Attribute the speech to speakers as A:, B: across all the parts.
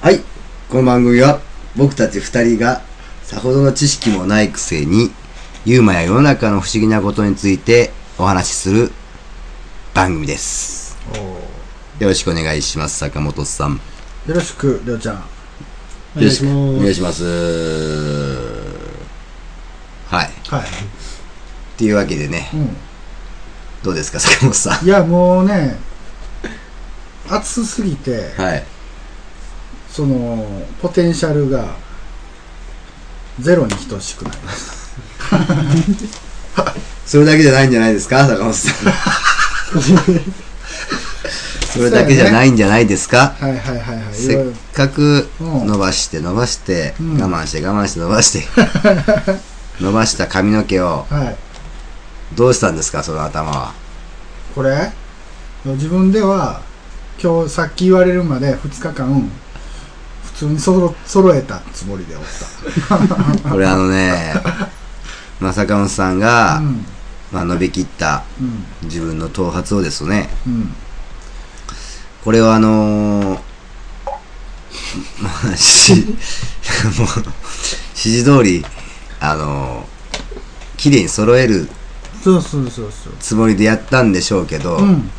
A: はい。この番組は、僕たち二人が、さほどの知識もないくせに、ユーマや世の中の不思議なことについてお話しする番組です。
B: おー
A: よろしくお願いします、坂本さん。
B: よろしく、りょうちゃん。
C: お願いします
A: お願いします。はい。
B: はい。
A: っていうわけでね、
B: うん。
A: どうですか、坂本さん。
B: いや、もうね、暑すぎて、
A: はい。
B: その、ポテンシャルが、ゼロに等しくなります。
A: それだけじゃないんじゃないですか、坂本 さん。それだけじゃないんじゃないですか。
B: はいはいはいはい。いろい
A: せっ
B: ろ
A: かく
B: うん
A: 伸ばして伸ばして、
B: うん
A: 我慢して我慢して伸ば して伸ばした髪の毛を
B: はい。
A: どうしたんですかその頭は
B: これ、自分では、今日さっき言われるまで2日間、普通にそろ揃えたつもりでおっ
A: これあの ねまあ坂本さん
B: た。
A: が、
B: うん。
A: まあ、伸びきった
B: うん。
A: 自分の頭髪をですね
B: うん。
A: これはあのー、まあし もう指示通りあのー、綺麗に揃える
B: そうそうそうそう。
A: つもりでやったんでしょうけど、
B: うん。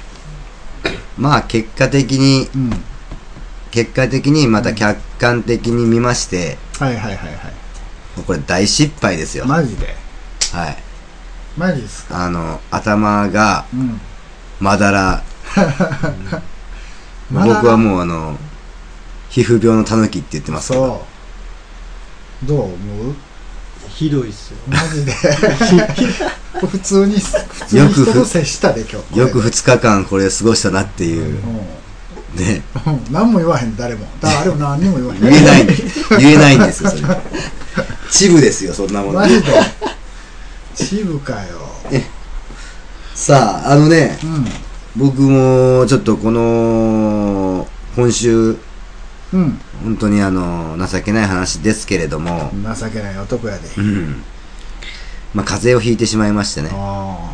A: まあ結果的に
B: うん。
A: 結果的にまた客観的に見まして、
B: はいはいはいはい。
A: もうこれ大失敗ですよ。
B: マジで
A: はい。
B: マジですか
A: あの、頭が
B: うん。
A: まだら。
B: まだら
A: 僕はもうあの、皮膚病のタヌキって言ってますけど。
B: そう。どう思う
C: ひどいっすよ。
B: マジで。普通に、普通
A: よ
B: に
A: くふ
B: 人と接したで、今日。
A: よく2日間これ過ごしたなっていう
B: う。ん。
A: ね。
B: うん何も言わへん、誰も。だからあれも何にも言わへん。
A: 言え ない。言えないんですよ、それ。チブですよ、そんなもの
B: マ。ジで。チブかよ。
A: さあ、あのね、
B: う
A: 僕もちょっとこの、今週、
B: ん。うん。
A: 本当にあの、情けない話ですけれども、
B: 情けない男やで。
A: うん。まあ、風邪をひいてしまいましてね。
B: あ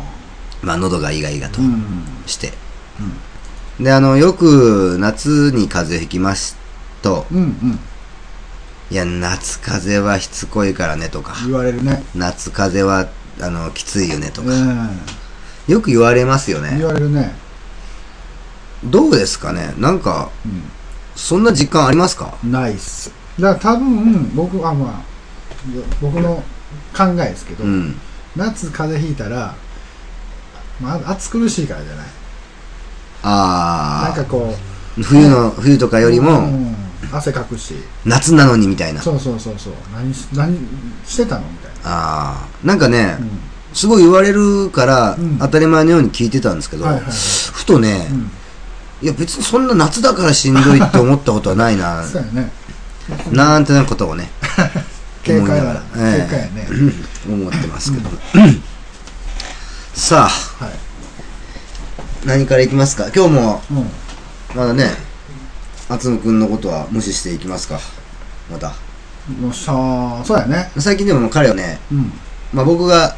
A: まあ、喉がイガイガ
B: あ。
A: と
B: うん。
A: して。で、あの、よく夏に風邪ひきますと、
B: うんうん。
A: いや、夏風邪はしつこいからねとか、
B: 言われるね。
A: 夏風邪は、あの、きついよねと
B: う
A: か、
B: ん。
A: よく言われますよ
B: 言
A: ね。
B: われるね。
A: どうですかねなんか、
B: うん。
A: そんな実感ありますか
B: ないっすだから多分僕はまあ僕の考えですけど、
A: うん。
B: 夏風邪ひいたら、まあ、暑苦しいからじゃないな
A: あ
B: んかこ
A: あ、冬の、冬とか
B: う
A: より
B: う
A: も、
B: ん汗かくし
A: 夏なのにみたいな。
B: そうそうそうそう何し何してたのみたい
A: ああ、なんかね
B: な、、
A: すごい言われるから
B: うん、
A: 当たり前のように聞いてたんですけ
B: うん、
A: ど、
B: はいはいはい、
A: ふとね
B: う、ん、
A: いや別にそんな夏だからしんどいって思ったことはないな
B: そうやね
A: なんてなことをね
B: 警戒
A: 思いな
B: だ
A: が
B: ね警
A: らええ
B: 戒やね、
A: 思ってますけどさあ
B: はい、
A: 何からいきますか今日も
B: うん、
A: まだね厚野くんのことは無視していきますかまた
B: よっしゃーそうやね
A: 最近でももう彼はね、
B: うん
A: まあ、僕が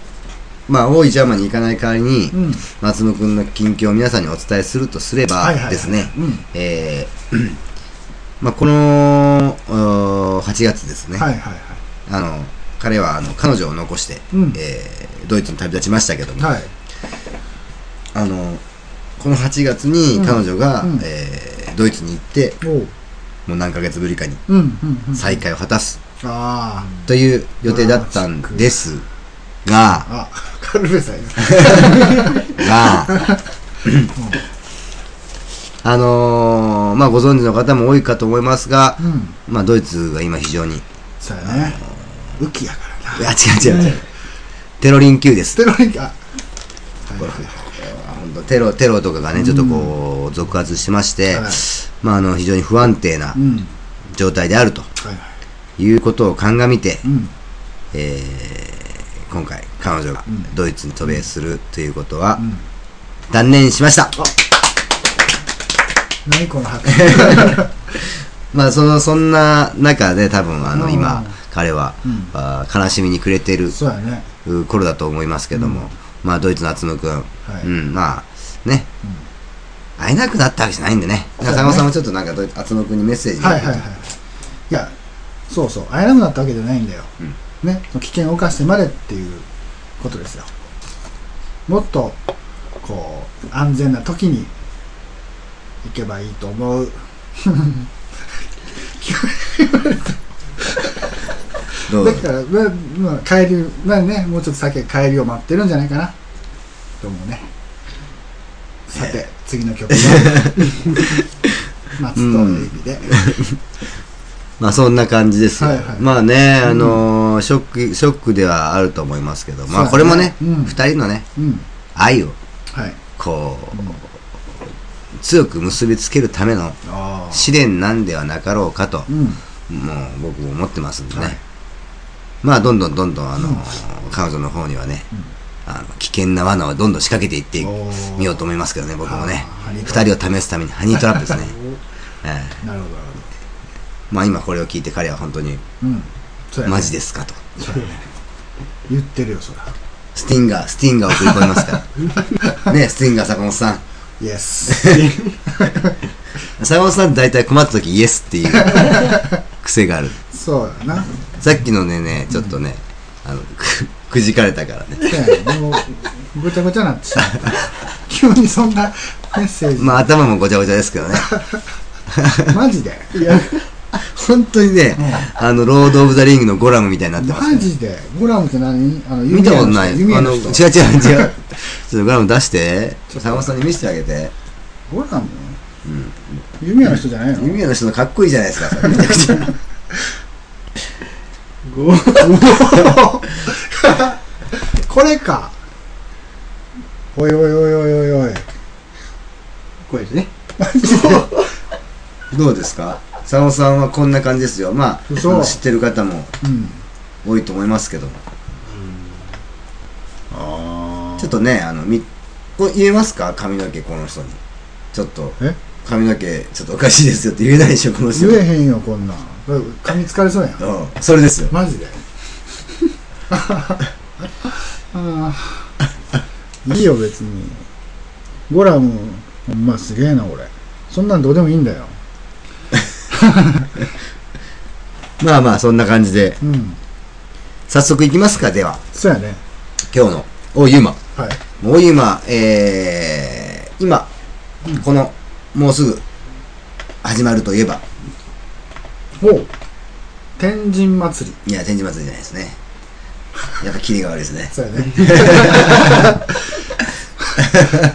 A: まあ多いジャーマンに行かない代わりに
B: うん
A: 松野くんの近況を皆さんにお伝えするとすれ
B: はいはい
A: ば
B: はい
A: ですね
B: うん
A: えーまあこのおー8月ですね、
B: はいはいはい
A: あの彼はあの彼女を残して、
B: うん
A: えードイツに旅立ちましたけども、
B: はい
A: あのこの8月に彼女が、
B: うんうん
A: えードイツに行って
B: おう
A: もう何ヶ月ぶりかに
B: うんうんうん
A: 再会を果たす
B: ああ
A: という予定だったんですが、
B: あ、カルベさんや。
A: が、あのーまあご存知の方も多いかと思いますが、
B: うん。
A: まあドイツが今非常に、い
B: そうやね。ウキやからな。
A: や違う違う違う、テロリン級です
B: ス。テロリンか。
A: これ本当テロテロとかがねちょっとこう続発してまして、
B: はい
A: まあ、あの非常に不安定な
B: うん。はい
A: 状態であると
B: はい。
A: いうことを鑑みて、
B: うん。
A: えー今回彼女が
B: うん
A: ドイツに渡米するということは
B: うん。
A: 断念しました、
B: 何この拍手。
A: まあそのそんな中で多分あ
B: う
A: の
B: ん
A: 今彼は、
B: うん
A: あー悲しみに暮れてる
B: そうやね。
A: う頃だと思いますけども、
B: うん
A: まあドイツの厚野君、
B: はい
A: うん、まあね、会えなくなったわけじゃないんでね
B: そうだね
A: 坂本さんもちょっとなんかドイツ厚野君にメッセージ
B: はいはいはい。いやそうそう会えなくなったわけじゃないんだよ、ねその危険を冒してまでっていうことですよもっとこう安全な時に行けばいいと思う
A: どう
B: だから、まあまあ、帰り、まあね、もうちょっと先帰りを待ってるんじゃないかな。と思うね。さて、次の曲は 松とエビで。
A: まあそんな感じですよ、
B: はいはい
A: まあね、あのーショックショックではあると思いますけど、まあ
B: そ
A: こ
B: う
A: れ
B: やね
A: もね、二
B: うん
A: 人のね
B: うん。
A: 愛を
B: はい。
A: こう、強く結びつけるための
B: あ
A: 試練なんではなかろうかと、
B: うん。
A: もう僕も思ってますんでね、
B: はい
A: まあどんどんどんどんあのー
B: うん
A: 彼女の方にはね、あの危険な罠をどんどん仕掛けていって
B: おー
A: みようと思いますけどね僕もね
B: あー
A: 二人を試すためにハニートラップですね、 ええ
B: なるほど、なるほ
A: まあ今これを聞いて彼は本当に
B: ど。うん。そうやね
A: マジですかと。
B: そうやね言ってるよ、そら。
A: スティンガー、スティンガーを送り込みます から。ね、スティンガー坂本さん。
B: イエス。
A: 坂本さんって大体困った時イエスっていう癖がある。
B: そうやな。
A: さっきのね、ね、ちょっとね、あの、く、くじかれたからね。
B: そうやねもう、ごちゃごちゃなってし まった。急にそんなメッセージ。
A: まあ頭もごちゃごちゃです けどね。
B: マジで。
C: いや、
A: 本当にね、あの、ロード・オブ・ザ・リングのゴラムみたいになってます、
B: マ
A: ね。
B: ジで。ゴラムって何あの、
A: 見たことない。あ
B: 弓矢
A: の、
B: の
A: 違う違う
B: 人
A: 違う。ち ょっとゴラム出して、坂本さんに見せてあげて。
B: ゴラム弓矢の人じゃないの
A: 弓矢の人のかっこいいじゃないですか、それめちゃく ちゃ。
C: ご、
B: これかおいおいおいおいおいおい
C: これですね。
A: どうですか坂本さんはこんな感じですよ。まあ、あ
B: 嘘
A: の知ってる方も
B: うん
A: 多いと思いますけども。
B: あ
A: ちょっとね、あの、み、これ言えますか髪の毛この人に。ちょっと
B: え、
A: 髪の毛ちょっとおかしいですよって言えないでしょ、この人。
B: 言えへんよこんなん噛みつかれそうやん
A: うん、それですよ。
B: マジで ああいいよ別にゴラムほんますげえな俺そんなんどうでもいいんだよ
A: まあまあ、そんな感じで、
B: うん
A: 早速いきますか、では。
B: そうやね
A: 今日の、大ゆうま。
B: はい
A: 大ゆうま、えー、今、この、もうすぐ、始まるといえば、
B: おう天神祭り
A: いや、天神祭りじゃないですね。やっぱキリが悪いですね。
B: そうやね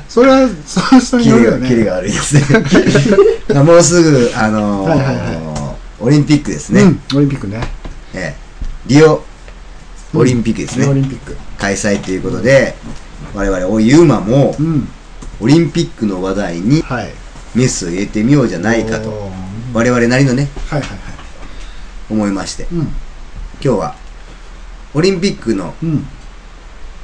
B: それはその人に
A: キ
B: よ
A: リ
B: るよ
A: が、
B: ね
A: キリが悪いですね。 もうすぐ、あのー
B: はいはい
A: オリンピックですね、
B: うん、オリンピックね。
A: ええリオオリンピックですね、
B: オリンピック。
A: 開催ということで、我々、おゆうまも
B: うん。
A: オリンピックの話題に
B: はい。
A: メスを入れてみようじゃないかと、
B: おーは
A: 我々なりのね、
B: いはいはい。
A: 思いまして、
B: うん。
A: 今日はオリンピックの
B: うん。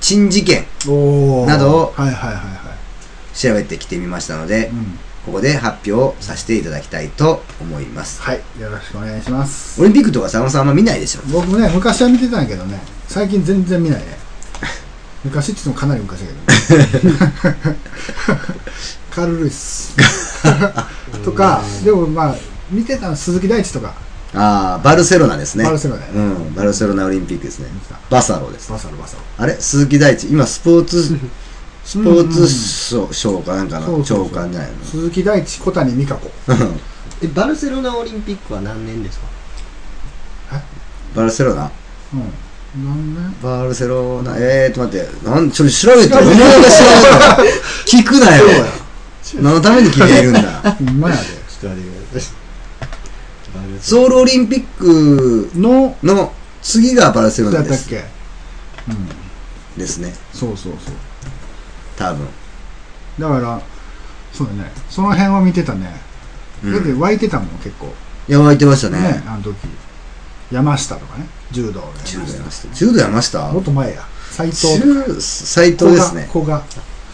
A: 珍事件、
B: おー
A: などを
B: はいはいはいはい。
A: 調べてきてみましたので
B: う、ん。
A: ここで発表させていただきたいと思います。
B: はい。よろしくお願いします。
A: オリンピックとか佐野さんは見ないでしょ
B: 僕もね、昔は見てたんやけどね、最近全然見ないね。 昔って言ってもかなり昔だけどね。 カルルイ ス。とか、でもまあ、見てたの鈴木大地とか、
A: ああ、バルセロナですね。
B: バルセロナやね。
A: うん、バルセロナオリンピックですね
B: 見てた。
A: バサロです。
B: バサロバサロ。
A: あれ鈴木大地、今スポーツ、 スポー
B: うんうん
A: ツ省省かなんか
B: そ
A: の
B: うそうそ
A: 長
B: う
A: 官じゃないの
B: 鈴木大地、小谷美香子。
A: うん
C: え、バルセロナオリンピックは何年ですか
A: バルセロナ
B: うん。何年
A: バルセロナ、えーっと待って、なんちょっと調べて、お前が調べて。聞くなよ。何のために聞いているん だ。
B: ほんまやで。
C: ちょっと待ってください。バルセロ
A: ソウルオリンピック
B: の、
A: の次がバルセロ
B: だ
A: ナ
B: った
A: で
B: っ
A: す
B: けうん。
A: ですね、
B: そうそうそう。
A: 多分。
B: だから、そうだね。その辺は見てたね。
A: うん
B: だって湧いてたもん、結構。ね、
A: いや、湧いてましたね。
B: あの時。山下とかね。柔道の
A: 柔
B: 山
A: 道やり
B: 下
A: ました。柔道やりました
B: もっと前や。斎藤とか。
A: 中斎藤ですね。
B: 古賀。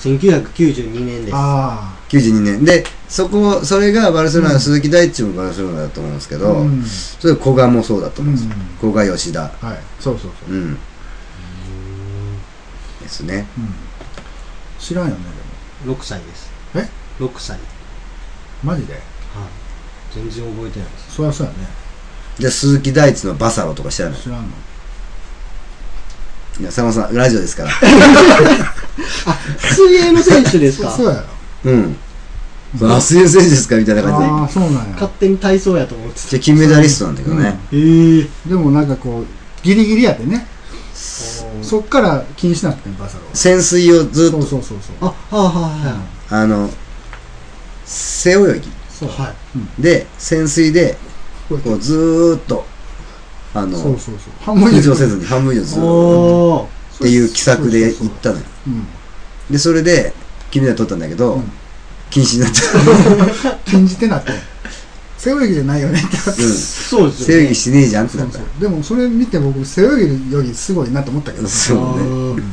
C: 1992年です。
B: あ
A: 92年でそこそれがバルセロナ、鈴木大地もバルセロナだと思うんですけ
B: あ。
A: ど、
B: うん。
A: それ古賀もそうだと思うんですよ、
B: うん
A: 古賀吉田
B: はい。そうそうそ
A: う
B: う。
A: んですね
B: うん。知らんよね、でも。
C: 6歳です。
B: え
C: ?6 歳。はい。
B: マジで。
C: 全然覚えてないです。
B: そりゃそうやね。
A: じゃあ鈴木大地のバサロとか知らない
B: 知らんの
A: いや、佐野さん、ラジオですから。
C: 水泳の選手です
B: そ
C: か
B: そうや ろ
A: うん。その、アスリート選手ですかみたいな感じで。
B: ああそうなんや
C: 勝手に体操やと思って
A: じゃあ金メダリストなんだけどね。
C: えー、
B: でもなんかこうギリギリやでねそっから気にしなくてんバサロ
A: 潜水をずっ
B: そう
A: と、
B: そうそうそう
C: あはあはあはあ
A: あの、背泳
B: そう
C: はい
A: ぎで、潜水で、
B: こうやって
A: こうずーっと、あの、
B: そうそうそう半
A: 緊張せ
B: っ
A: ずに半分以上ずーっと
C: おー
A: っていう奇策で行ったのよ。
B: うん
A: で、それで、金メダル取ったんだけど、
B: うん
A: 禁止になっちゃ
B: 禁じてなって背泳ぎじゃないよ ねって
A: う。うん。
C: そうですよ
A: 背
C: ね
A: 泳ぎしてねえじゃんって
B: そ
A: な
B: う
A: っ
B: そ
A: た
B: う。でもそれ見て僕背泳ぎよりすごいなと思ったけど
A: そうね。
C: あー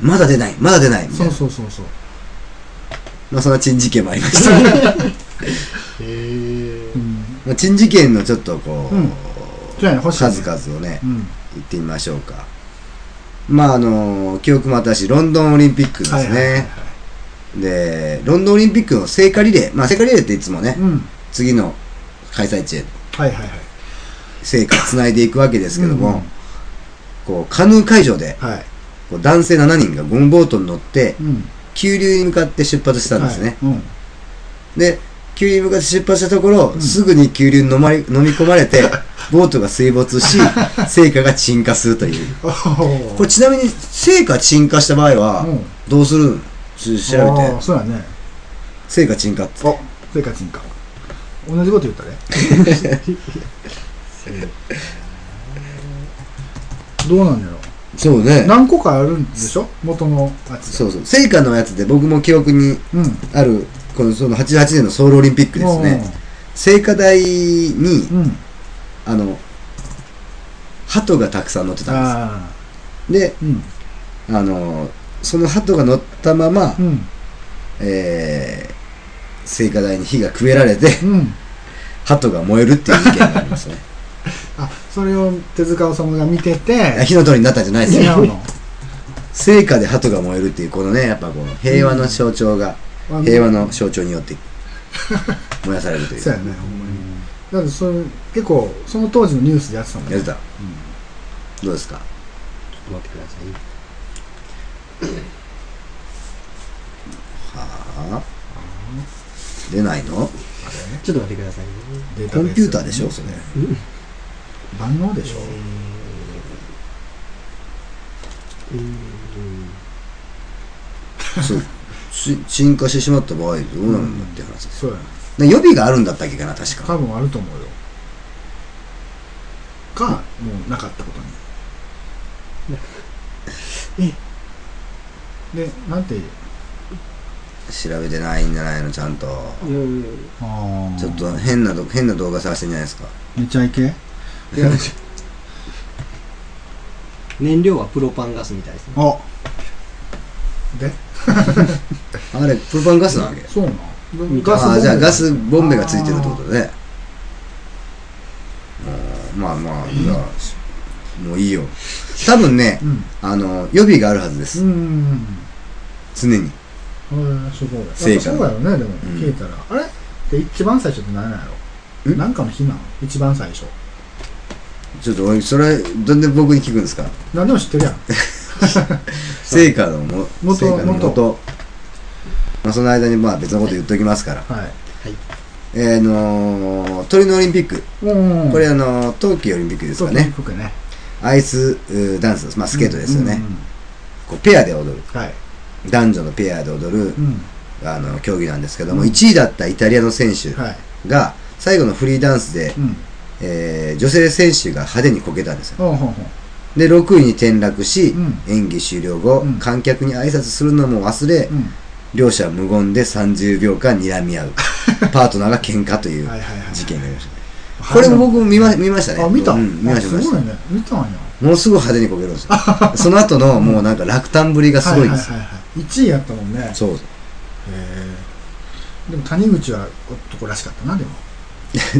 A: まだ出ない、まだ出ない、みた
B: そ
A: いうな。
B: そうそうそう
A: まあ、そんな珍事件もありました。
C: へー
B: うん
A: まあ珍事件のちょっとこう、
B: うんそうやね欲しいね
A: 数々をね
B: う、ん
A: 言ってみましょうか。まあ、あの、記憶も私、ロンドンオリンピックですね。
B: はいはいはいは
A: で、ロンドンオリンピックの聖火リレー、まあ、聖火リレーっていつもね、
B: いうん
A: 次の開催地へ
B: はいはいはい
A: 聖火つないでいくわけですけども、
B: うんうん
A: こう、カヌー会場で、
B: はい
A: こう男性7人がゴムボートに乗って、
B: うん
A: 急流に向かって出発したんですね。
B: はいうん
A: で、急流に向かって出発したところ、
B: うん
A: すぐに急流に飲ま れ飲み込まれて、ボートが水没 し、聖火が沈下するという。
B: おー
A: これちなみに、聖火沈下した場合
B: う
A: は、
B: ん
A: どうするんちょっと調べ
B: あー
A: て。
B: そうやね
A: 聖火沈下っつって。
B: 生活にか同じこと言ったね どうなんやろ
A: そうね
B: 何個かあるんでしょ元のやつが
A: そうそう。聖火のやつで僕も記憶に
B: うん
A: ある、このその88年のソウルオリンピックですね。聖火台に
B: う、んうん
A: あの、鳩がたくさん乗ってたん
B: あ
A: です。
B: ーうん
A: で、あの、その鳩が乗ったまま、
B: うん
A: えー、聖火台に火がくべられて、
B: うん
A: 鳩が燃えるっていう意見がありますね。
B: あそれを手塚治虫が見て
A: いや
B: て
A: 火の鳥になったんじゃないです
B: 違
A: よ。
B: うの
A: 聖火で鳩が燃えるっていう、このね、やっぱこの平和の象徴が、
B: あ
A: 平和の象徴によって燃やされるという。
B: そうやねほんまにだってそれ結構その当時のニュースでやってたもん
A: やっ
B: ね
A: てた。どうですか
C: ちょっと待ってください
A: はあ出ないの
C: ちょっと待ってくださいね
B: デタ
A: コ
B: ベ
A: ン
B: ス
A: ピューターでしょそれ。
B: 万能でしょ
C: うんうん
A: そう。し進化してしまった場合どうなるんだって話です。
B: そうやね
A: な予備があるんだったっけかな、確か。
B: 多分あると思うよかもうなかったこ とにでなんて
A: 調べてないんじゃないの、ちゃんと。
C: いやいやいや
B: あ
A: ちょっと変など、変な動画探してんじゃないですか。
B: めちゃイケ
C: 燃料はプロパンガスみたいですね
B: あで
A: あれ、プロパンガスなわけ
B: そうなの
C: みたい
B: ガスボン
A: あ
B: ベ
A: あじゃあガスボンベがついてるってことだねうんまあまあじゃあもういいよ多分ね
B: うん
A: あの予備があるはずで
B: う
A: す
B: ん
A: 常に
B: ああすごいやっぱそう
A: 成
B: や
A: 果
B: ろねでも
A: ん
B: 聞いたらあれで一番最初って何なんやろ
A: ん
B: なんかの日なの一番最初
A: ちょっと俺それなんで僕に聞くんですか
B: 何でも知ってるやん
A: 成果のも
B: 元
A: 成果の
B: 元
A: 元まあその間にまあ別のこと言っておきますから
B: はい
A: えーのートリノオリンピック
B: うん
A: これあのー冬季オリンピックですかね
B: そうね
A: アイスうーダンスまあスケートですよ
B: うん
A: ね
B: うん
A: こうペアで踊る
B: うんはい
A: 男女のペアで踊る
B: うん
A: あの競技なんですけども
B: うん
A: 1位だったイタリアの選手
B: はい
A: が最後のフリーダンスで、
B: うん
A: えー女性選手が派手にこけたんですよ
B: ほうほうほ
A: で6位に転落し、
B: うん
A: 演技終了後、
B: うん
A: 観客に挨拶するのも忘れ、
B: ううん
A: 両者無言で30秒間睨み合 うパートナーが喧嘩という
B: はいはいはい
A: 事件がありました、これも僕も見ま見ましたね
B: あ見た、
A: うん、見ま
B: あ
A: した見ますし
B: ご
A: た
B: いね見たんや
A: もうすぐ派手にこけるん ですよその後のもうなんか落胆ぶりがすごいんですよ、
B: はいはいはいはい、1位やったもんね
A: そう
B: へえでも谷口は男らしかったなでも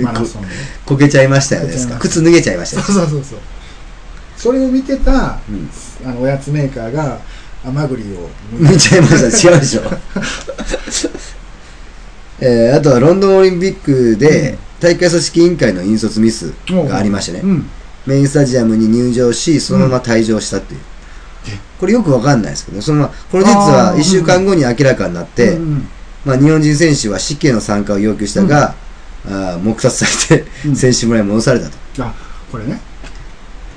B: マラソンで
A: こけちゃいましたよねですか
B: こけち
A: 靴脱げちゃいました
B: そう
A: よ
B: そうそうそうそれを見てたあ
A: うん
B: のおやつメーカーが甘栗を
A: 見ちゃいました違 うでしょえーあとはロンドンオリンピックで、大会組織委員会の引率ミス
B: もう
A: がありましたね
B: うん
A: メインスタジアムに入場しそのまま退場したっていう、
B: え
A: これよくわかんないですけどそのままこの事実は
B: あー
A: 1週間後に明らかになって、
B: うんうん
A: まあ、日本人選手は死刑の参加を要求したが、あー黙殺されて、
B: うん
A: 選手村に戻されたと
B: あこれね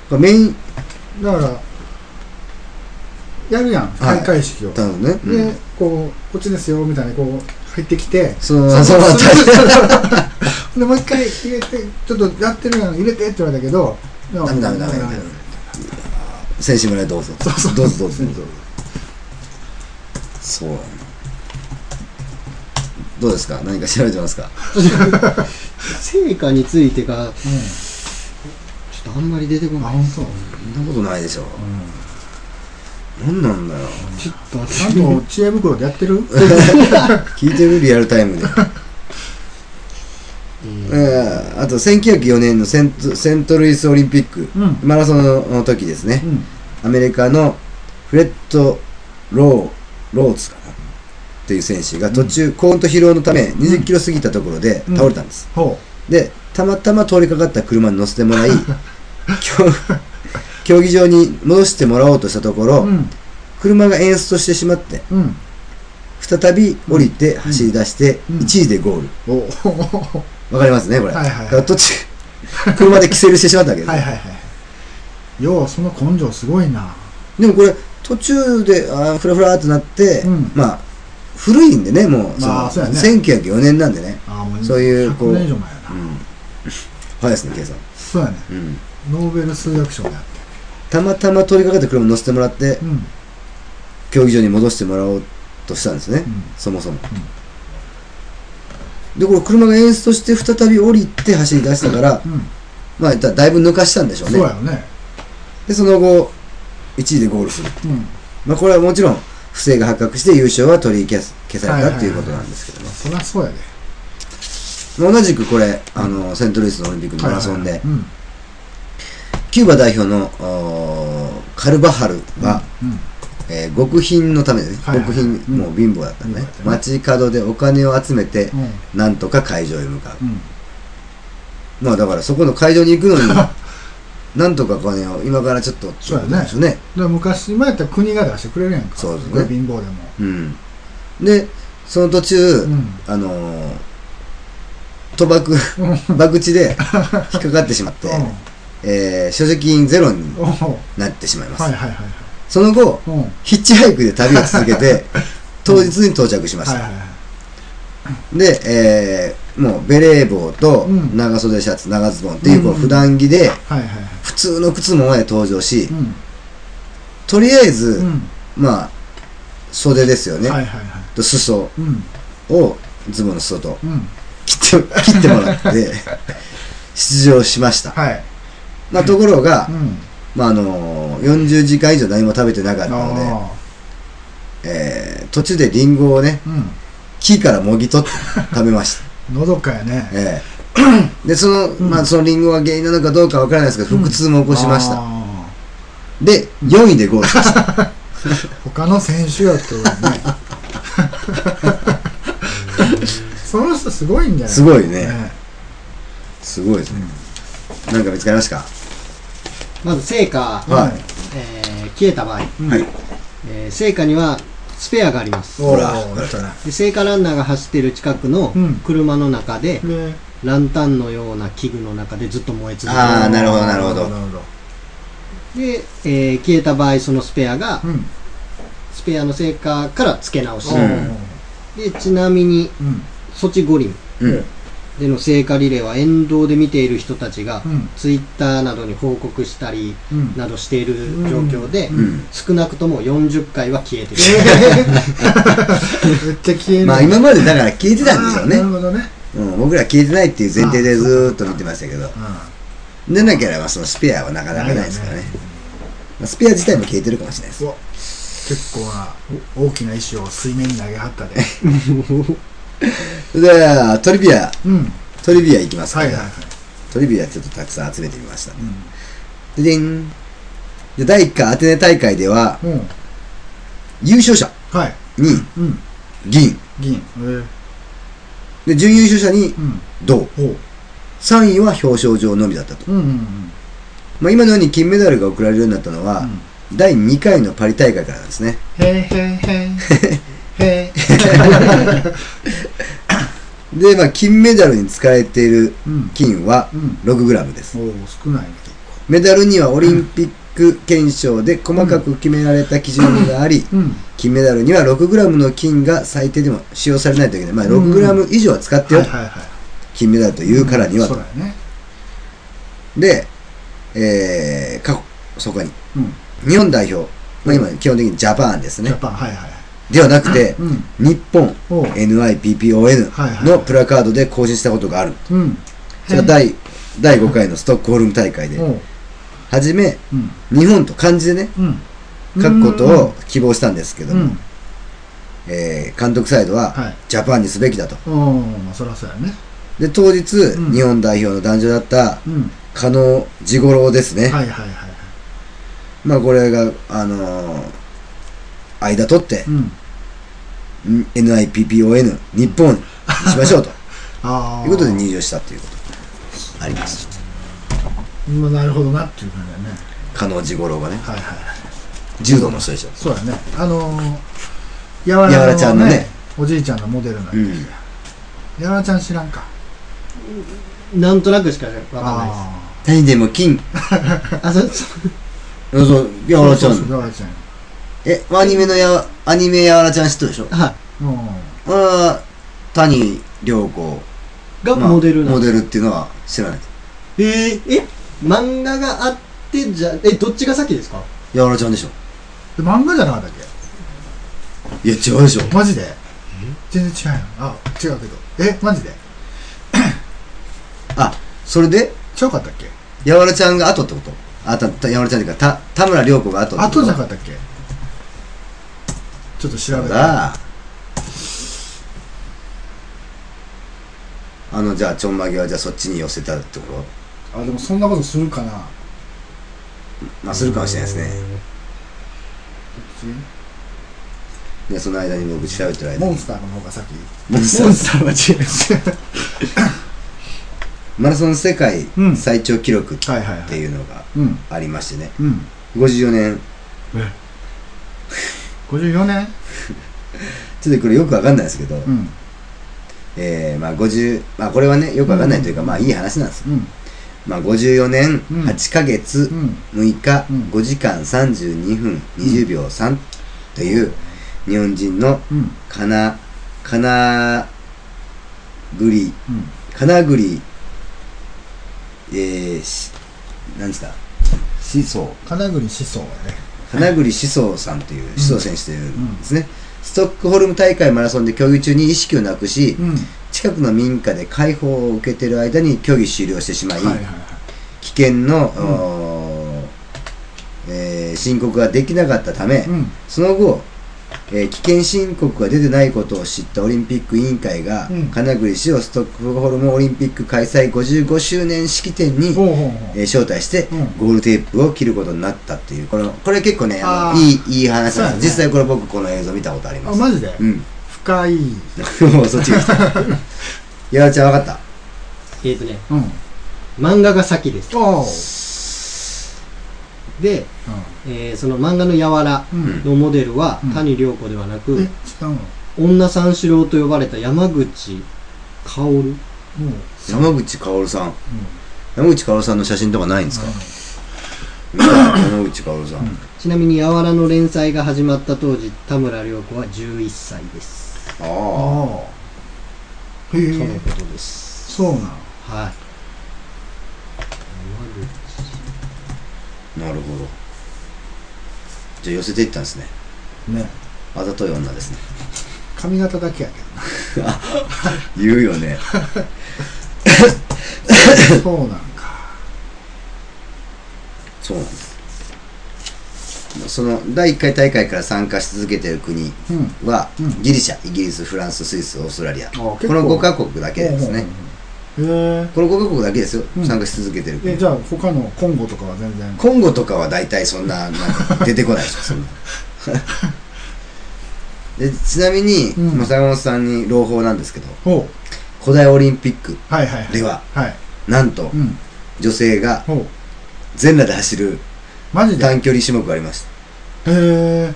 A: これメイン
B: だからやるやん
A: はい
B: 開会式を、
A: だのね、うん
B: でこうこっちですよみたいにこう入ってきて
A: そのそのまま退場
B: でもう一回入れてちょっとやってるやん入れてって言われたけどダ
A: ダメダメダメダメ選手村へどうぞ
B: そうそう
A: どうぞどうぞどうぞそうどうですか何か調べてますか
C: 成果についてが
B: う
C: ちょっとあんまり出てこ
B: ん、あ
C: ない
B: 本当。
A: そんなことないでしょ
B: う
A: 何なんだよ
C: ちょっと
B: ん、ちゃんと知恵袋でやってる
A: 聞いてるリアルタイムで、
C: うん
A: えーあと1904年のセントセントルイスオリンピック
B: うん
A: マラソンの時ですね
B: う
A: ア
B: ん
A: メリカのフレッド・ローローズかなっていう選手が途中、高温と疲労のため20キロ過ぎたところで
B: うん
A: 倒れたんです、
B: ほ
A: でたまたま通りかかった車に乗せて もらい競競技場に戻してもらおうとしたとこ
B: う
A: ろ、
B: うん
A: 車が演出してしまって
B: うん
A: 再び降りて走り出して
B: うん
A: 1位でゴール
B: おは
A: わかりますねこれ、
B: いはいはい
A: だから途中車でキセルしてしまったわけです、
B: はいはいはいようその根性すごいな
A: でもこれ途中であーフラフラーってなって、
B: うん
A: まあ古いんでねもう,、
B: まあ
A: その
B: そうや
A: 1904年なんでね、
B: あーも
A: そういうこう
B: 100年以上前や
A: う
B: な
A: ん、早いですね計算、
B: そうやね
A: うん、
B: ノーベル数学賞であって
A: たまたま通りかかった車に乗せてもらって
B: うんうん
A: 競技場に戻してもらおうとしたんですね、そもそも、でこれ車が演出として再び降りて走り出したから、
B: うん
A: まあ言ったらだいぶ抜かしたんでしょう
B: そうや
A: ね
B: よね
A: でその後1位でゴールする、
B: うん
A: まあ、これはもちろん不正が発覚して優勝は取り消す消され
B: はい
A: た
B: はいはい
A: ということなんですけどね、
B: そりゃそうやで
A: まあ同じくこれあのセントルイスのオリンピックのマラソンで、
B: はいはいはいうん
A: キューバ代表のおーカルバハルが、
B: うん
A: えー極貧のためでね、
B: はいはい
A: 極貧、もう貧乏だったのね
B: 貧乏だったね
A: 街角でお金を集めて、
B: うん
A: なんとか会場へ向かう
B: うん
A: まあだからそこの会場に行くの になんとかお金を今からちょっと
B: そうやね
A: なんでしょうね
B: で昔今やったら国が出してくれるやんか
A: そうですね
B: これ貧乏でも
A: うんでその途中、
B: うん
A: あのー賭博 博打で引っかかってしまって、
B: うん
A: えー所持金ゼロに
B: おお
A: なってしまいます、
B: はいはいはいはい
A: その後
B: うんはい
A: ヒッチハイクで旅を続け て当日に到着しました、
B: はいはい
A: で、えーもうベレー帽と
B: うん
A: 長袖シャツ長ズボンっていうこう
B: うんうん
A: 普段着で
B: はいはいはい
A: 普通の靴も前で登場し、
B: うん
A: とりあえず、
B: うん
A: まあ袖ですよね、
B: はいはいはい
A: と裾
B: うん
A: をズボンの裾と
B: うん
A: 切って切ってもらって 出場しました、
B: はい
A: まあ、ところが、
B: うん
A: まああのー40時間以上何も食べてなかったので、
B: あ
A: えー途中でリンゴをね
B: ーうん
A: 木からもぎ取って食べました
B: のどかやね
A: ええでその、まあそのリンゴが原因なのかどうかわからないですけど腹痛も起こしました、
B: あ
A: で4位でゴールしました
B: ー他の選手やったらねその人すごいんじゃない
A: すごいね
B: ね
A: すごいですね、なんか見つかりましたか
C: まず成果、
A: はい
C: えー消えた場合、
B: うん
A: はい
C: えー成果にはスペアがあります
B: おお
A: ほら
B: やったね
C: で聖火ランナーが走っている近くの
B: うん
C: 車の中で、
B: で
C: ランタンのような器具の中でずっと燃え続
A: あー
C: け
A: なるほどなるほど
B: なるほど
C: るで、えー消えた場合そのスペアが、
B: うん
C: スペアの成果から付け直し、
A: うん
C: でちなみに
B: うん
C: ソチ五輪
A: うん
C: での聖火リレーは沿道で見ている人たちが、
B: うん
C: ツイッターなどに報告したり
B: うん
C: などしている状況で、
B: うん
A: うん
C: 少なくとも40回は消えている、
B: めっちゃ消える
A: まあ今までだから消えてたんでしょう
B: あーなる
A: ね、
B: ほどね
A: うん、僕ら消えてないっていう前提でずーっと見てましたけど
B: う
A: でなければそのスペアはなかなかないですからねまあスペア自体も消えてるかもしれないです
B: んうわ結構な大きな石を水面に投げはったで
A: じゃあトリビア
B: うん
A: トリビアいきますか、
B: はいはいはい
A: トリビアちょっとたくさん集めてみましたででんで第1回アテネ大会では
B: うんうん
A: 優勝者
B: はい
A: に
B: うん
A: 銀
B: 銀えー
A: で準優勝者に
B: うん
A: 銅
B: おう
A: 3位は表彰状のみだったと。
B: うんうんうん
A: まあ、今のように金メダルが贈られるようになったのは、第2回のパリ大会からなんですね。
B: へいへいへいへい
A: で、まあ、金メダルに使えている
B: うん
A: 金は
B: うん
A: 6グラムです。
B: おお少ないね結
A: メダルにはオリンピック憲章で細かく決められた基準があり、
B: 構うん
A: 金メダルには 6g の金が最低でも使用されないといけない、まあ、
B: うん
A: 6g 以上は使って
B: は
A: よ、
B: いはいはい
A: 金メダルというからには
B: そ
A: と、
B: うだよね
A: で、えー、過去そこに
B: うん
A: 日本代表、まあ、今基本的にジャパンです
B: ジ
A: ね
B: ャパンはいはい
A: ではなくて、
B: うん
A: 日本
B: おうはいは
A: NIPPON
B: い
A: のプラカードで更新したことがある、
B: うん
A: それが第第5回のストックホルム大会で
B: おう
A: はじめ
B: うん
A: 日本と漢字でね
B: うん
A: 書くことを希望したんですけど
B: うんう
A: も、
B: ん
A: えー監督サイドは、
B: はい
A: ジャパンにすべきだと
B: おおまあそりゃそうやね
A: で当日、
B: ん
A: 日本代表の男女だった
B: うん
A: 加納治五郎ですね、
B: はいはいはい
A: まあこれがあのー間取って
B: う、ん
A: NIPPON 日本にしましょうと
B: ああ
A: いうことで入場したということがあります
B: まあなるほどなっていう感じだよね
A: 加納治五郎がね
B: はいはい
A: 柔道の人でしょ
B: そうだねあのーやわ
A: やわらちゃんのね
B: おじいちゃんのモデルなんですよやわらちゃん知らんか
C: なんとなくしかわかんないで
B: あ
A: 何でも金
C: す。あ、そう、
A: そ
C: そう
A: うそう
B: あ
A: やわらちゃん
B: やわらちゃん
A: えアニメのやわアニメやわらちゃん知ってるでしょ
C: は
B: う
A: ああ谷涼子
C: い。が
A: まあ
C: モデルなん
A: モ
C: で
A: デルっていうのは知らない
C: えー、え、漫画があって、じゃ、え、どっちが先ですか
A: やわらちゃんでしょ
B: んで漫画じゃなかったっ
A: いや違うでしょ
B: けマジで全然違うよあ違うけどえマジで
A: あそれで
B: 違うかったっけ
A: やわらちゃんが後ってことあたたやわらちゃんっていうかた田村涼子が後ってこと
B: 後じゃなかったっけちょっと調べて
A: だあのじゃあちょんまげはじゃあそっちに寄せたってこ
B: あでもそんなことするかな
A: とまあするかもしれないですねでその間に僕調べてる間
B: モ
A: に
B: ンスターの方が先
A: モン
C: モンスターは違う。
A: マラソン世界
B: うん
A: 最長記録っ
B: はいはい
A: て
B: はい
A: いうのが
B: うん
A: ありましてね
B: うん
A: 54年
B: 54年
A: ちょっとこれよくわかんないですけど、
B: うん
A: えー、まあ50まあこれはねよくわかんないというか、まあいい話なんです
B: うん
A: まあ54年
B: うん
A: 8ヶ月
B: うん
A: 6日
B: うん
A: 5時間32分20秒3という日本人の
B: うん
A: かな、かなぐり、
B: うん
A: かなぐり、えー、し、なんですか、思想、
B: 金栗思想やね
A: かなぐり思想さんという、思想選手というんですね、ストックホルム大会マラソンで競技中に意識をなくし、
B: うん
A: 近くの民家で解放を受けている間に競技終了してしまい、
B: はいはいは
A: 危険の、
B: うん
A: おーえー申告ができなかったため、
B: いうん
A: その後、えー危険申告が出てないことを知ったオリンピック委員会が、
B: うん
A: 金栗市をストックホルムオリンピック開催55周年式典に、
B: ほうほうほ
A: えー招待して、
B: うん
A: ゴールテープを切ることになったっていうこのこれ結構ねあの
B: あー
A: いいいい話なんです、
B: そ
A: 実
B: う
A: 際これ僕この映像見たことありま
B: うあ
A: す、
B: マジで
A: うん
B: 深いうん
A: もうそっちが来 たやらちゃん分かった
C: えっとね、漫画が先です。
B: おう
C: で、えー、その漫画のやわら
B: うん
A: うん
C: のモデルは
B: うん
C: 谷涼子ではな
B: え
C: く、
B: 違うの
C: 女三四郎と呼ばれた山口薫
B: もう
A: 山口薫さん
B: うん
A: 山口薫さんの写真とかないんですか、見た山口薫さん、
B: うん
C: ちなみに「やわら」の連載が始まった当時田村涼子は11歳です
A: ああ
B: ああへ
C: との
B: え
C: ことです
B: そうなん
C: はい
A: なるほどじゃあ寄せていったんですね
B: ね
A: あざとい女ですね
B: 髪型だけやけ
A: 言うよね
B: どそうなんか
A: そうなんですその第1回大会から参加し続けている国
B: うん
A: は、
B: うん
A: ギリシャイギリスフランススイスオーストラリアこ
B: こ
A: の5カ国だけですね
B: へえ
A: この5カ国だけですよ、
B: うん
A: 参加し続けてる国
B: えじゃあ他のコンゴとかは全然
A: コンゴとかは大体そんななんか出てこないでしょ そんなでちなみに、
B: うん
A: まあ坂本さんに朗報なんですけど
B: おう
A: 古代オリンピック
B: はいはいはい
A: では
B: はい
A: なんと
B: うん。
A: 女性が
B: ほう。
A: 全裸で走る
B: マジでへ
A: 短距離種目がありました、
B: え。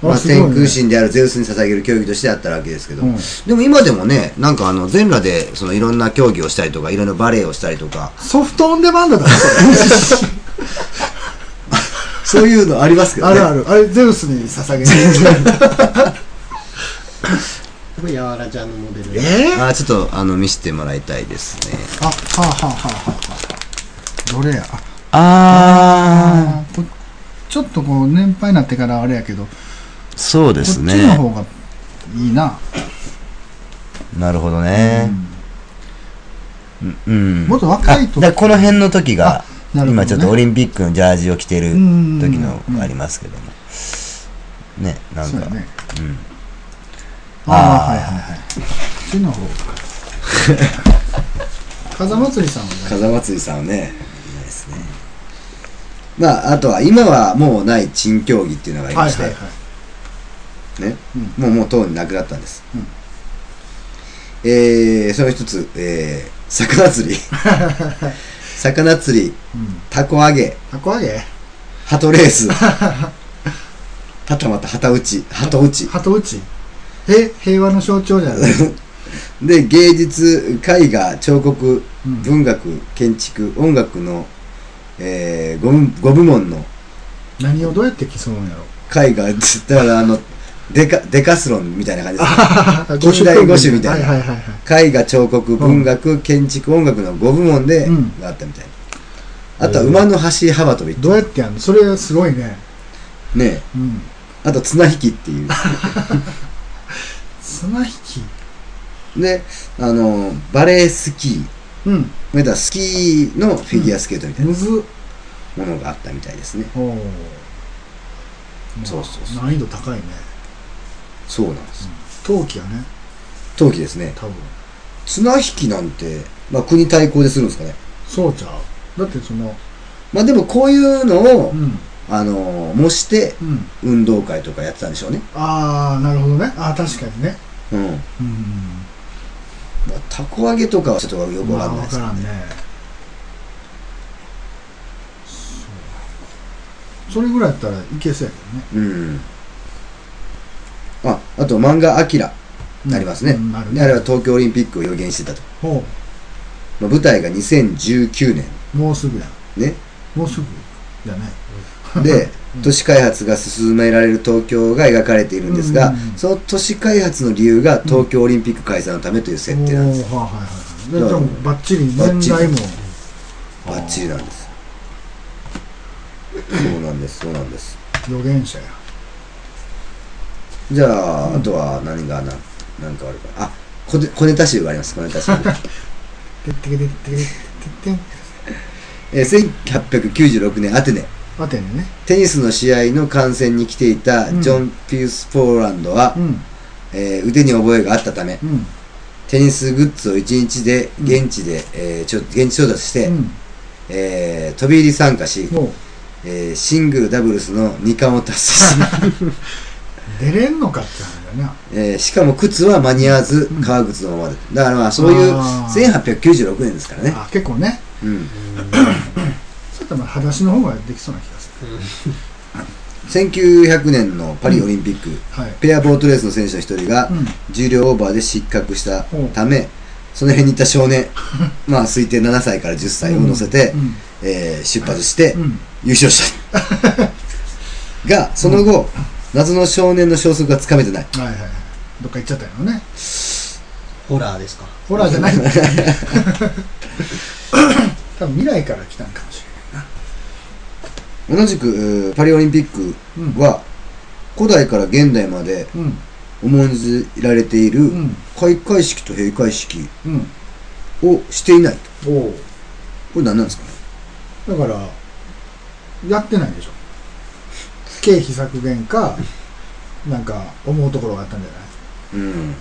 A: まあ、天空
B: に
A: 神であるゼウスに捧げる競技としてあったわけですけど、
B: うん
A: でも今でもねなんかあの全裸でそのいろんな競技をしたりとかいろんなバレエをしたりとか
B: ソフトオンデマンドだねそれ
A: そういうのありますけ ど
B: あ
A: ね
B: るある。あれ、ゼウスに捧げ る。
C: これ、やわらちゃんのモデル。
B: えー
A: あーちょっとあの見せてもらいたいですね
B: あ、はあはあはあはあ。どれや。
A: ああ
B: あーこちょっとこう、年配になってからあれやけど、こ
A: そうで
B: っちの方がいいな。
A: なるほど
B: う
A: ね
B: ん
A: うん、うん
B: もっと若い時
A: あだからこの辺の時が、
B: なるほどね
A: 今ちょっとオリンピックのジャージを着てる
B: うん
A: 時のありますけどもねなん
B: そう
A: か
B: や
A: う,、
B: ね。
A: ん
B: あ
A: あー
B: あ、はいはいはい。こっちの方 か。風祭りさんはね、
A: 風祭りさんはねいいですねまああとは今はもうない珍競技っていうのがありま
B: はい
A: して、
B: はいはい。
A: ね、
B: うん
A: もうもうとうになくなったんです、
B: うん
A: えー、その一つ、えー、魚釣 り魚釣り
B: うん。
A: たこ揚げ
B: たこ揚げ
A: 鳩レースはたまた旗打ち鳩打ち
B: 鳩打ちえ、平和の象徴じゃ ない
A: で芸術絵画彫刻
B: うん
A: 文学建築音楽の、えー、5, 五部門の
B: 何をどうやって競うん やろ
A: 絵画だからあのデカデカスロンみたいな感じです近代五種みたいな
B: はいはいはいはい。
A: 絵画彫刻文学建築音楽の5部門で
B: うん
A: があったみたいな、あとは馬の走り幅跳び
B: どうやってやんのそれすごいね。
A: ね
B: うん。
A: あと綱引きって いう
B: 綱引き。
A: であのバレースキー
B: うん。
A: まあ言ったらスキーのフィギュアスケートみたい
B: むず。
A: なものがあったみたいですね、
B: おお。
A: そうそうそう
B: 難易度高いね。
A: そうなんです
B: 陶器やね、
A: 冬季ですね
B: 多分。
A: 綱引きなんて、まあ、国対抗でするんですかね
B: そうちゃうだってその、
A: まあでもこういうのを、
B: うん。
A: あの模して
B: うん。
A: 運動会とかやってたんでしょうね
B: ああ、なるほどね。ああ、確かにね。
A: うん
B: うん。
A: まあたこ揚げとかはちょっとよくわかん
B: まあ、
A: ない
B: わ
A: ですけ
B: か
A: ど
B: らん
A: ね
B: ね。そう。それぐらいやったらいけそうやけ
A: うんああと漫画「アキラ
B: どね。
A: ありますね
B: うんなる
A: であれは東京オリンピックを予言してたと、
B: ほ
A: まあ、舞台が2019年
B: う。もうすぐや。
A: ね
B: もうすぐやね。
A: で
B: うん
A: 都市開発が進められる東京が描かれているんですが、
B: うんうんうん
A: その都市開発の理由が東京オリンピック開催のためという設定なんです、
B: おーはいはいはい。で、
A: だ
B: で
A: から
B: もバッチリ
A: バッ
B: 年
A: チリ
B: 代も。
A: バッチリなんですそうなんですそうなんです
B: 予言者や。
A: じゃあ、
B: うん
A: あとは何がななんかあるかあ小手小ネタ集があります小ネタ集、
B: てってけてってけてってん。
A: えー1896年アテネ
B: アテネね。
A: テニスの試合の観戦に来ていた
B: うん
A: ジョン・ピュース・ポーランドは、
B: うん。
A: えー腕に覚えがあったため
B: うん。
A: テニスグッズを1日で現地で、えーちょ現地調達して、
B: うん。
A: えー飛び入り参加し、
B: もう、
A: えーシングルダブルスの2冠を達成 し、
B: 出れんのかって話だな。
A: えーしかも靴は間に合わず
B: うん
A: 革靴のままでだからまあそういう
B: あー
A: 1896年ですからね、
B: あ、結構ね。
A: うん、
B: ちょっとまあ、裸足の方ができそうな気がする。
A: 1900年のパリオリンピック、
B: はい。
A: ペアボートレースの選手の一人が
B: うん。
A: 重量オーバーで失格したため、その辺にいた少 年まあ推定7歳から10歳を乗せて、
B: うん
A: えー出発して
B: うん。
A: 優勝したがその後、謎の少年の消息がつかめてない
B: はいはいはい。どっか行っちゃったよね。
C: ホラーですか。
B: ホラーじゃない。多分未来から来たんかもし
A: 同じくうーパリオリンピック
B: れない。
A: は古代から現代まで
B: うん。うん。
A: 重んじられている
B: うん。
A: 開会式と閉会式
B: うん。
A: をしていないと
B: おう
A: これ何なんですかね
B: だから、やってないでしょ。経費削減か、なんか、思うところがあったんじゃない
A: うん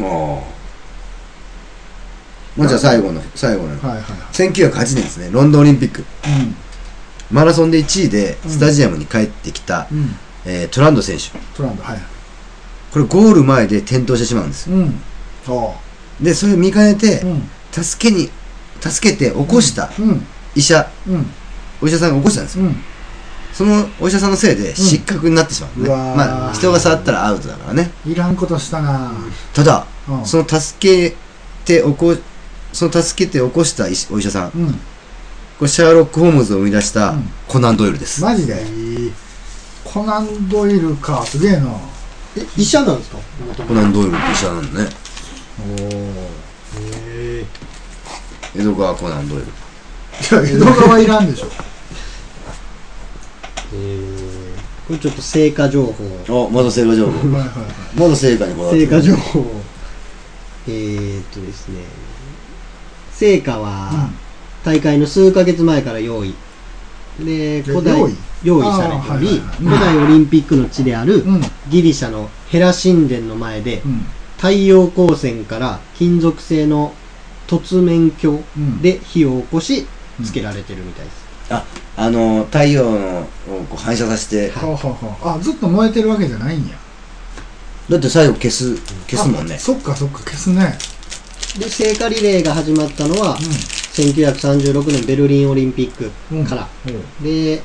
A: ああまあじゃあ最後の最後の
B: はいはいは
A: 1908年ですねロンドンオリンピック
B: い。
A: マラソンで1位で
B: うん
A: スタジアムに帰ってきた、
B: うん。うん。
A: えートランド選手
B: トランド、はい。
A: これゴール前で転倒してしまうんですよ
B: うん。ああ。
A: でそれを見かねて
B: うん
A: 助けに助けて起こした
B: うん
A: 医者
B: うん
A: お医者さんが起こしたんですよ
B: うん
A: そのお医者さんのせいで失格になってしまうね、
B: うわー
A: まあ人が触ったらアウトだからね
B: いらんことしたな
A: ただ
B: うん
A: その助けて起こその助けて起こした医師お医者さんこ
B: うん
A: れシャーロック・ホームズを生み出した
B: うん
A: コナン・ドイルです、
B: マジで
C: え
B: コナンドイルかすげえなお
C: 医者なんですか元
A: コ
C: 々
A: ナン・ドイルって医者なんだね
B: ー
C: へ
A: 江戸川コナン・ドイル
B: いや江戸川いらんでし ょ
C: えーこれちょっと成果情報
A: おまだ成果情報
B: はいはいはい
A: まだ成果にこだわってる
C: 成果情報えー、っとですね成果は大会の数ヶ月前から用意
B: で
C: で古代
B: 用意
C: 用意されており、
B: あーはいはいはい
C: 古代オリンピックの地である
B: うんうん
C: ギリシャのヘラ神殿の前で
B: うん
C: 太陽光線から金属製の凸面鏡
B: うん
C: で火を起こし
B: うん
C: つけられてるみたいです、
A: あの太陽のをこう反射させて
B: ほうほうほうあずっと燃えてるわけじゃないんや
A: だって最後消す消すもんね
B: あそっかそっか消すね
C: で聖火リレーが始まったのは1936年ベルリンオリンピック
B: うん
C: から、
B: うん
C: で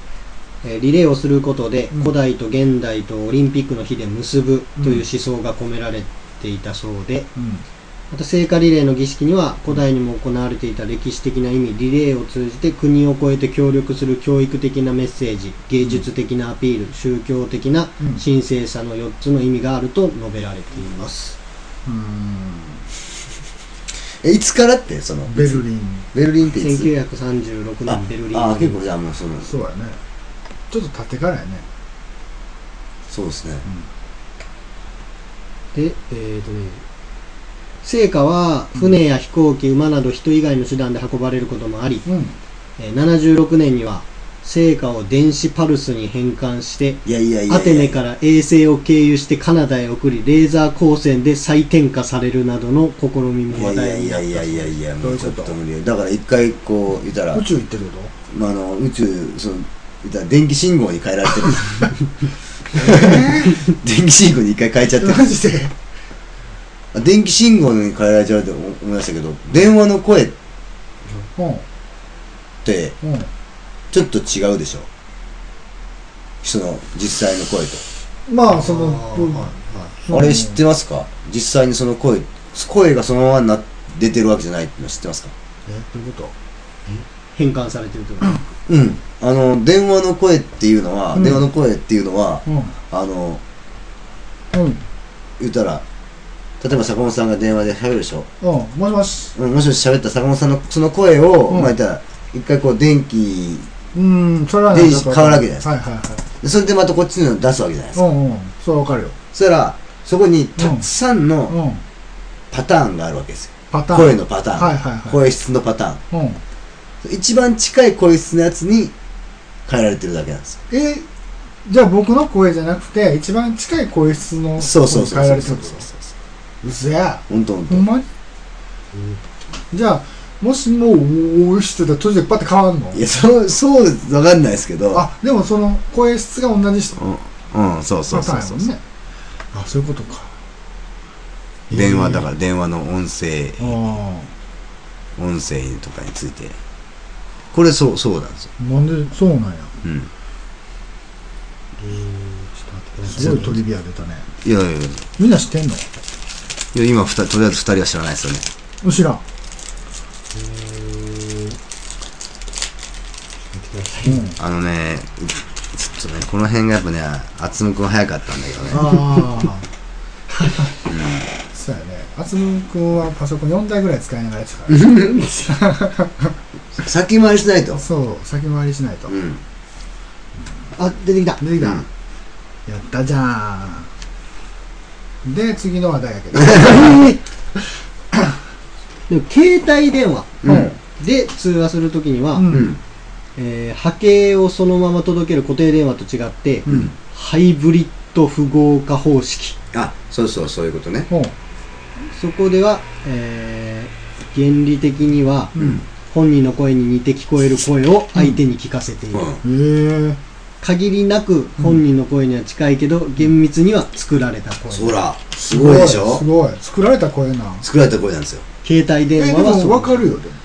C: えーリレーをすることで
B: うん
C: 古代と現代とオリンピックの日で結ぶという思想が込められていたそうで、
B: うん
C: また聖火リレーの儀式には古代にも行われていた歴史的な意味リレーを通じて国を越えて協力する教育的なメッセージ芸術的なアピール宗教的な
B: うん
C: 神聖さの4つの意味があると述べられています、
B: うーん
A: えいつからってその
B: ベルリン
A: ベルリンっていつ
C: 1936
A: あ
C: 年ベルリン
A: あ結構じゃあもうその
B: そうやねちょっと立ってからやね
A: そうですね
C: で、えーとね、聖火は船や飛行機、馬など人以外の手段で運ばれることもあり、
B: うん
C: えー76年には聖火を電子パルスに変換して、
A: いやいやいやいや
C: アテネから衛星を経由してカナダへ送り、レーザー光線で再点火されるなどの試み
A: い
C: も
A: やいや
C: 話題
A: い
C: にな
A: や
C: った
A: いやいやいやも
B: どういうう
A: ち
B: こ
A: ょ
B: と
A: っと無理よだから一回こう言ったら
B: 宇宙行ってるけど
A: まああの宇宙その言ったら電気信号に変えられてる 電気信号に一回変えちゃってる
B: マジで
A: あ電気信号に変えられちゃうって思いましたけど電話の声っ
B: う
A: て
B: んうん
A: ちょっと違うでしょその実際の声と
B: まあその
C: あー
B: うん
C: はい
B: うん
A: あれ知ってますか実際にその声、声がそのままな出てるわけじゃないっての知ってますか
B: えどういうこと
C: 変換されてるというか
A: うん。あの、電話の声っていうのは、
B: うん
A: 電話の声っていうのは、
B: うん
A: あの、
B: うん
A: 言ったら、例えば坂本さんが電話で喋るでしょ、
B: うんもしもし
A: うん、もしもし喋った坂本さんのその声を、
B: うん
A: まあ言ったら、一回こう電気、
B: うんそれは
A: 電子変わるわけじゃないです
B: かはいはいはい
A: でそれでまたこっちの出すわけじゃないです
B: う
A: か。
B: んうんそれはわかるよ
A: そしたら、そこにたくさんの
B: うん
A: パターンがあるわけですよ。
B: パターン
A: 声のパターン、
B: はいはいはい
A: 声質のパターン。
B: うん
A: 一番近い声質のやつに変えられてるだけなんですよ。
B: えじゃあ僕の声じゃなくて一番近い声質の
A: そうそうそうそ
B: 声に変えら
A: う
B: れて
A: そう
B: るってこ
A: そう。
B: とうそや
A: ほんとほんと
B: ほんまにじゃあもしもうおーしてたら途中でパッて変わんの
A: いやそうそうわかんないですけど
B: あでもその声質が同じ人
A: うん、うん、そうそ
B: パ
A: う
B: タ
A: そ
B: ー
A: うそうん
B: ンやもねあそういうことか
A: 電話だから電話の音声
B: あ
A: 音声とかについてこれそうそうなんですよ、
B: あなんでそうなんや
A: うん、
B: すごいトリビア出たね
A: いやいやいや
B: みんな知ってんの
A: いや今ふたとりあえず2人は知らないですよね
B: 知らんうん
A: あのねちょっとねこの辺がやっぱね厚むくん早かったんだけどね
B: ああそうやねあつむくんはパソコン4台ぐらい使いながらやってたからね
A: 先回りしない と
B: そう先回りしないと
A: うん
C: あ出てきた
B: 出てきた、
A: うん
B: やったじゃんで次の話題やけど
C: でも携帯電話
A: うん
C: で通話するときには、
B: うん
A: うん
C: えー波形をそのまま届ける固定電話と違って、
A: うん
C: ハイブリッド符号化方式
A: あそうそうそういうことね
B: ほう
C: そこでは、えー原理的には
A: うん
C: 本人の声に似て聞こえる声を相手に聞かせている、
A: う
B: へえ
C: 限りなく本人の声には近いけど厳密には作られた
A: んそ
C: 声、
A: らすごいでしょ
B: すごい作られた声な
A: 作られた声なんですよ
C: 携帯
B: え
C: 電
B: で
C: 話は
B: も
C: そう
B: 分かるよでも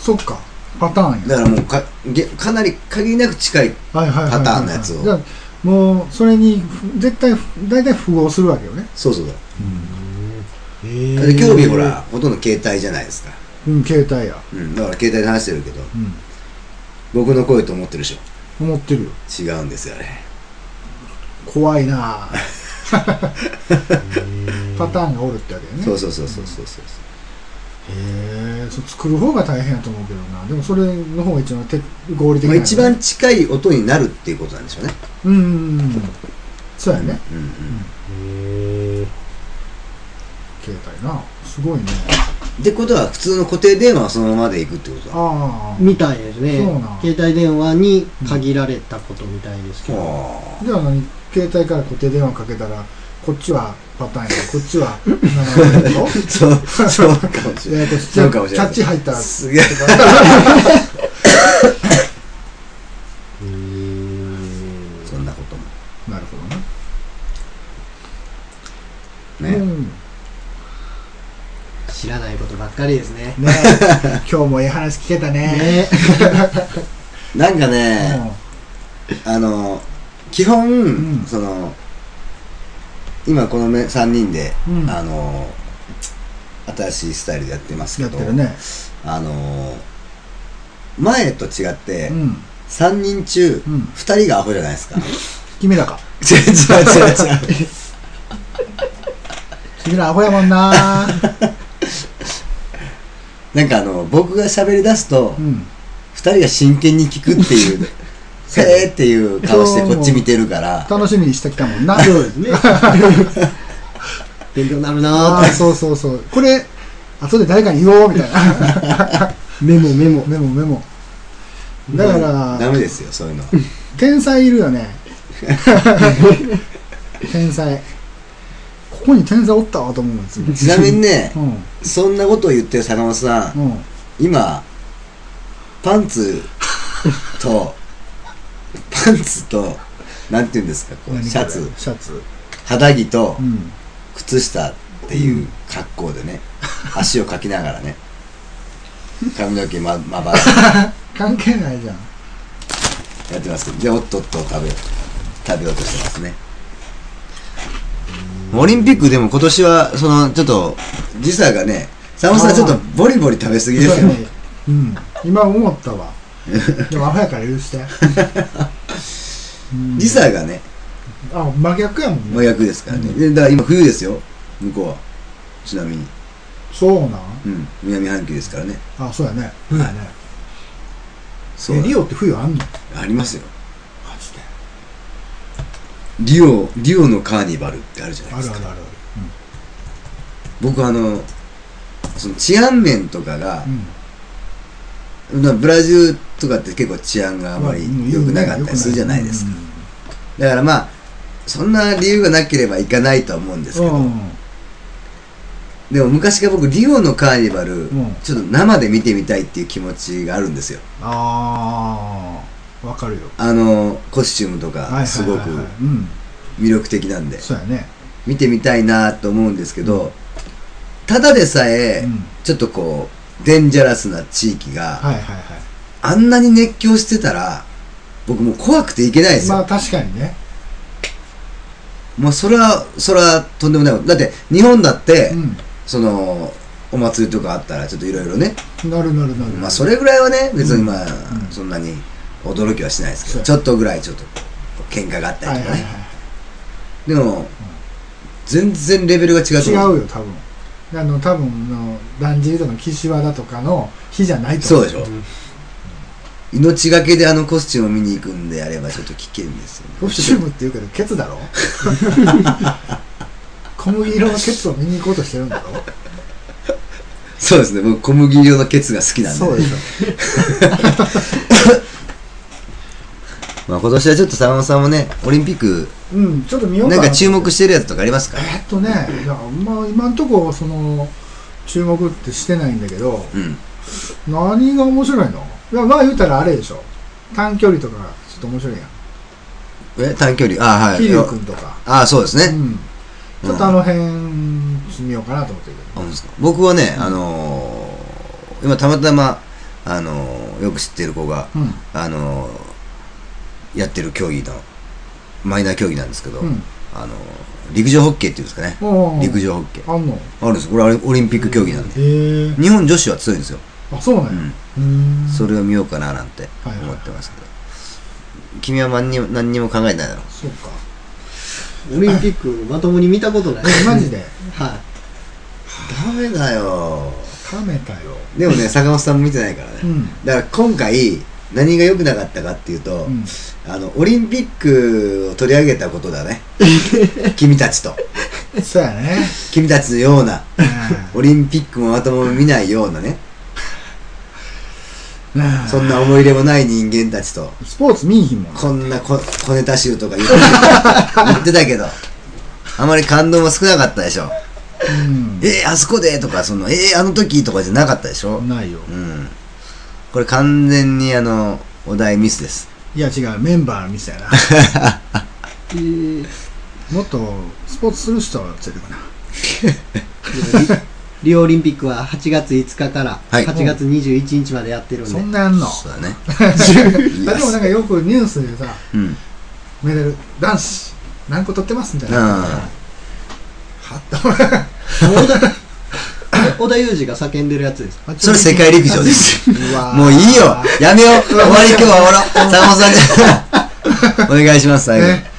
B: そっかパターン
A: だ
B: や
A: からもうかげかなり限りなく近い
B: はいはいはいはい
A: パターンのやつを
B: じゃあもうそれにふ絶対ふ大体符合するわけよね
A: そうそうだ
C: へ
A: だ
C: ー
A: って競技ほらほとんど携帯じゃないですか、
B: うん携帯や
A: うん、だから携帯で話してるけど
B: うん
A: 僕の声と思ってるでしょ
B: 思ってるよ
A: 違うんですよあれ
B: 怖いなあパタ
C: ン
B: ーンがおるってわけよね
A: そうそうそうそうそうそう
B: へえそ作る方が大変やと思うけどなでもそれの方が一番手合理的
A: ま
B: な
A: あ、
B: んやね
A: 一番近い音になるっていうことなんでしょうね
B: うんうんうんそうやね
A: うんうん
B: 携帯なすごいね
A: ってことは普通の固定電話はそのままでいくってことだあ
B: ああ
C: みたいですね
B: そうなん
C: 携帯電話に限られたことみたいですけど、
A: あ
B: じゃあ何携帯から固定電話かけたらこっちはパターンやこっ ちはなんかやろ
A: そうそうかもしれ
B: え
A: な
B: ー
A: い
B: と
A: そうかもしれない
B: キャッチ入ったら
A: すげえ
C: うーん
A: そんなことも
B: なるほどね
A: ね、
B: うん、
C: 知らないことばっかりですね
B: ね今日もいい話聞けたね
C: ね
A: なんかね、あの基本、
B: ん
A: その今このめ3人で、
B: うん
A: あの新しいスタイルでやってます
B: うん、
A: け
B: やっ
A: ど
B: てるね
A: あの前と違って、
B: うん
A: 3人中、
B: うん
A: 2人がアホじゃない ですか
B: 君らか
A: 違う違う違う違う
B: 君らアホやもん な
A: なんかあの僕が喋り出すと、
B: うん
A: 2人が真剣に聞くって いう「
B: そう
A: へえ」っていう顔してこっち見てるから
B: 楽しみにしてきたもんな
C: そうですね 勉強になるな
B: ああ
C: ー
B: そうそうそうこれ後で誰かに言おうみたいな
C: メモメモ
B: メモメモだから
A: ダメですよそういうのは
B: 天才い るよね天才ここに天才おったわと思うんですよ
A: ちなみにね
B: うん
A: そんなことを言ってる坂本さん
B: うん
A: 今パンツ とパンツとなんて言うんですかこう
B: 何これ
A: シャツ
B: シャツ
A: 肌着と
B: うん
A: 靴下っていう格好 でね、足をかきながらね髪の毛ままばら
B: 関係ないじゃん
A: やってますけどでおっとっと食べ食べようとしてますねオリンピックでも今年はそのちょっと時差がね坂本さんちょっとボリボリ食べ過ぎですよ
B: そうやねうん今思ったわでもアホやから許してうん
A: 時差がね
B: あ真逆やもん
A: 真
B: ね
A: 逆ですからね、でだから今冬ですよ向こうはちなみに、
B: そうなん
A: うん、南半球ですからね
B: あそうやね冬やね
A: そう
B: えリオって冬あんの
A: ありますよリオリオのカーニバルってあるじゃない
B: あ
A: で
B: る
A: すか
B: あるある
A: 僕あのその治安面とかが
B: う、ん
A: まあブラジルとかって結構治安があまり
B: うん
A: 良くなかったりするじゃないですか、
B: うん
A: だからまあそんな理由がなければいかないとは思うんですけど、
B: う
A: でも昔から僕リオのカーニバル、
B: うん
A: ちょっと生で見てみたいっていう気持ちがあるんですよ
B: ん、ああわかるよ
A: あのコスチュームと
B: はいはいはいは
A: か
B: い
A: すごく
B: うん
A: 魅力的なんで
B: そうやね
A: 見てみたいなと思うんですけどただでさえ
B: うん
A: ちょっとこうデンジャラスな地域が
B: はいはいはい
A: あんなに熱狂してたら僕もう怖くていけないです
B: まあ
A: よ
B: 確かにね
A: もうそれはそれはとんでもないことだって日本だって
B: う
A: そのお祭りとかあったらちょっといろいろね
B: んなるなるなる
A: まあそれぐらいはね別にまあ
B: うん
A: そんなに驚きはしないですけ
B: そ
A: ど
B: う
A: ちょっとぐらいちょっと喧嘩があっ
B: は
A: た
B: い
A: りと
B: はい
A: か
B: はい
A: ねでも、全然レベルが違うと
B: 違う
A: 思う。
B: よ多分あの多分のだんじりとかの岸和田とかの日じゃないと
A: そう
B: 思
A: でしょ。命がけであのコスチュームを見に行くんであればちょっと危険ですよね。
B: コスチュームって言うけどケツ だろ小麦色のケツを見に行こうとしてるんだろ
A: そうですね。僕小麦色のケツが好きなんで、ね。
B: そうでしょ
A: まあ今年はちょっと坂本さんもね、オリンピック
B: うんちょっと見ようか
A: なん
B: な
A: か注目してるやつとかありますか
B: えっとねいやまあ今んとこその注目ってしてないんだけど
A: うん。
B: 何が面白いのいやまあ言うたらあれでしょ短距離とかがちょっと面白いやん
A: え、短距離。ああ、はい。
B: 桐生君とか
A: ああ、そうです
B: う
A: ね。
B: んちょっとあの辺見ようかなと思ってるけ
A: あ本当ですか僕はね、あのー今たまたま、あのーよく知ってる子が、
B: どうん
A: あのーやってる競技のマイナー競技なんですけど、
B: うん
A: あのー陸上ホッケーっていうんですかね
B: おうおう
A: 陸上ホッケー
B: あんのへ
A: あるんですこれあれオリンピック競技なんで
B: え
A: 日本女子は強いんですよ、
B: あそうなん
A: う
B: や
A: ん、
B: うーん
A: それを見ようかななんて
B: はいはい
A: 思ってますけど、君は何にも何にも考えてないだろう
B: そうか
C: オリンピックまともに見たことない。
B: えマジで
C: はい。
A: ダメだよ
B: カメたよ
A: でもね坂本さんも見てないからね、
B: うん
A: だから今回何が良くなかったかっていうと、
B: うん
A: あのオリンピックを取り上げたことだ ね君たちと
B: そうやね
A: 君たちのような
B: うん
A: オリンピックもまともに見ないようなね
B: うん
A: そんな思い入れもない人間たちと
B: スポーツ見いひんもん
A: こんなこ小ネタ集とか 言って言ってたけどあまり感動も少なかったでしょ
B: うん
A: えー、あそこでとかそのえー、あの時とかじゃなかったでしょ
B: ないよ
A: うんこれ完全にあのお題ミスです
B: いや違うメンバーのミスやな
C: えー
B: もっとスポーツする人は連れてくな
C: でもリリオオリンピックは8月5日から
A: はい
C: 8月21日までやってるんで、
B: そんなやんの
A: そうだ ねい
B: で
A: や
B: もなんかよくニュースでさ
A: うん
B: メダル男子何個取ってますみたい
A: あ
B: なはっと
C: 織田裕二が叫んでるやつです。
A: それ世界陸上です
B: うわー
A: もういいよやめよ う終わり今日は終わろう坂本さん お願いします最後に
B: ね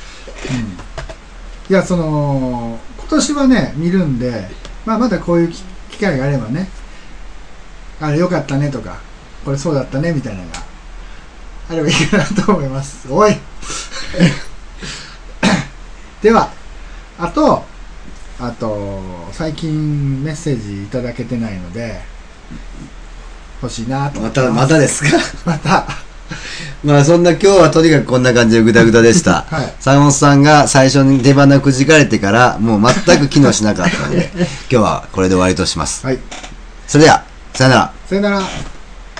B: いやその今年はね見るんで、まあ、またこういうき機会があればねあれよかったねとかこれそうだったねみたいなのがあればいいかなと思います おいではあとあと最近メッセージいただけてないので欲しいなと思
A: ま
B: ってす
A: たまたですか
B: また
A: まあそんな今日はとにかくこんな感じでグダグダで した
B: はい
A: 坂本さんが最初に手鼻くじかれてからもう全く機能 しなかったので今日はこれで終わりとします
B: はい
A: それではさよなら
B: さよなら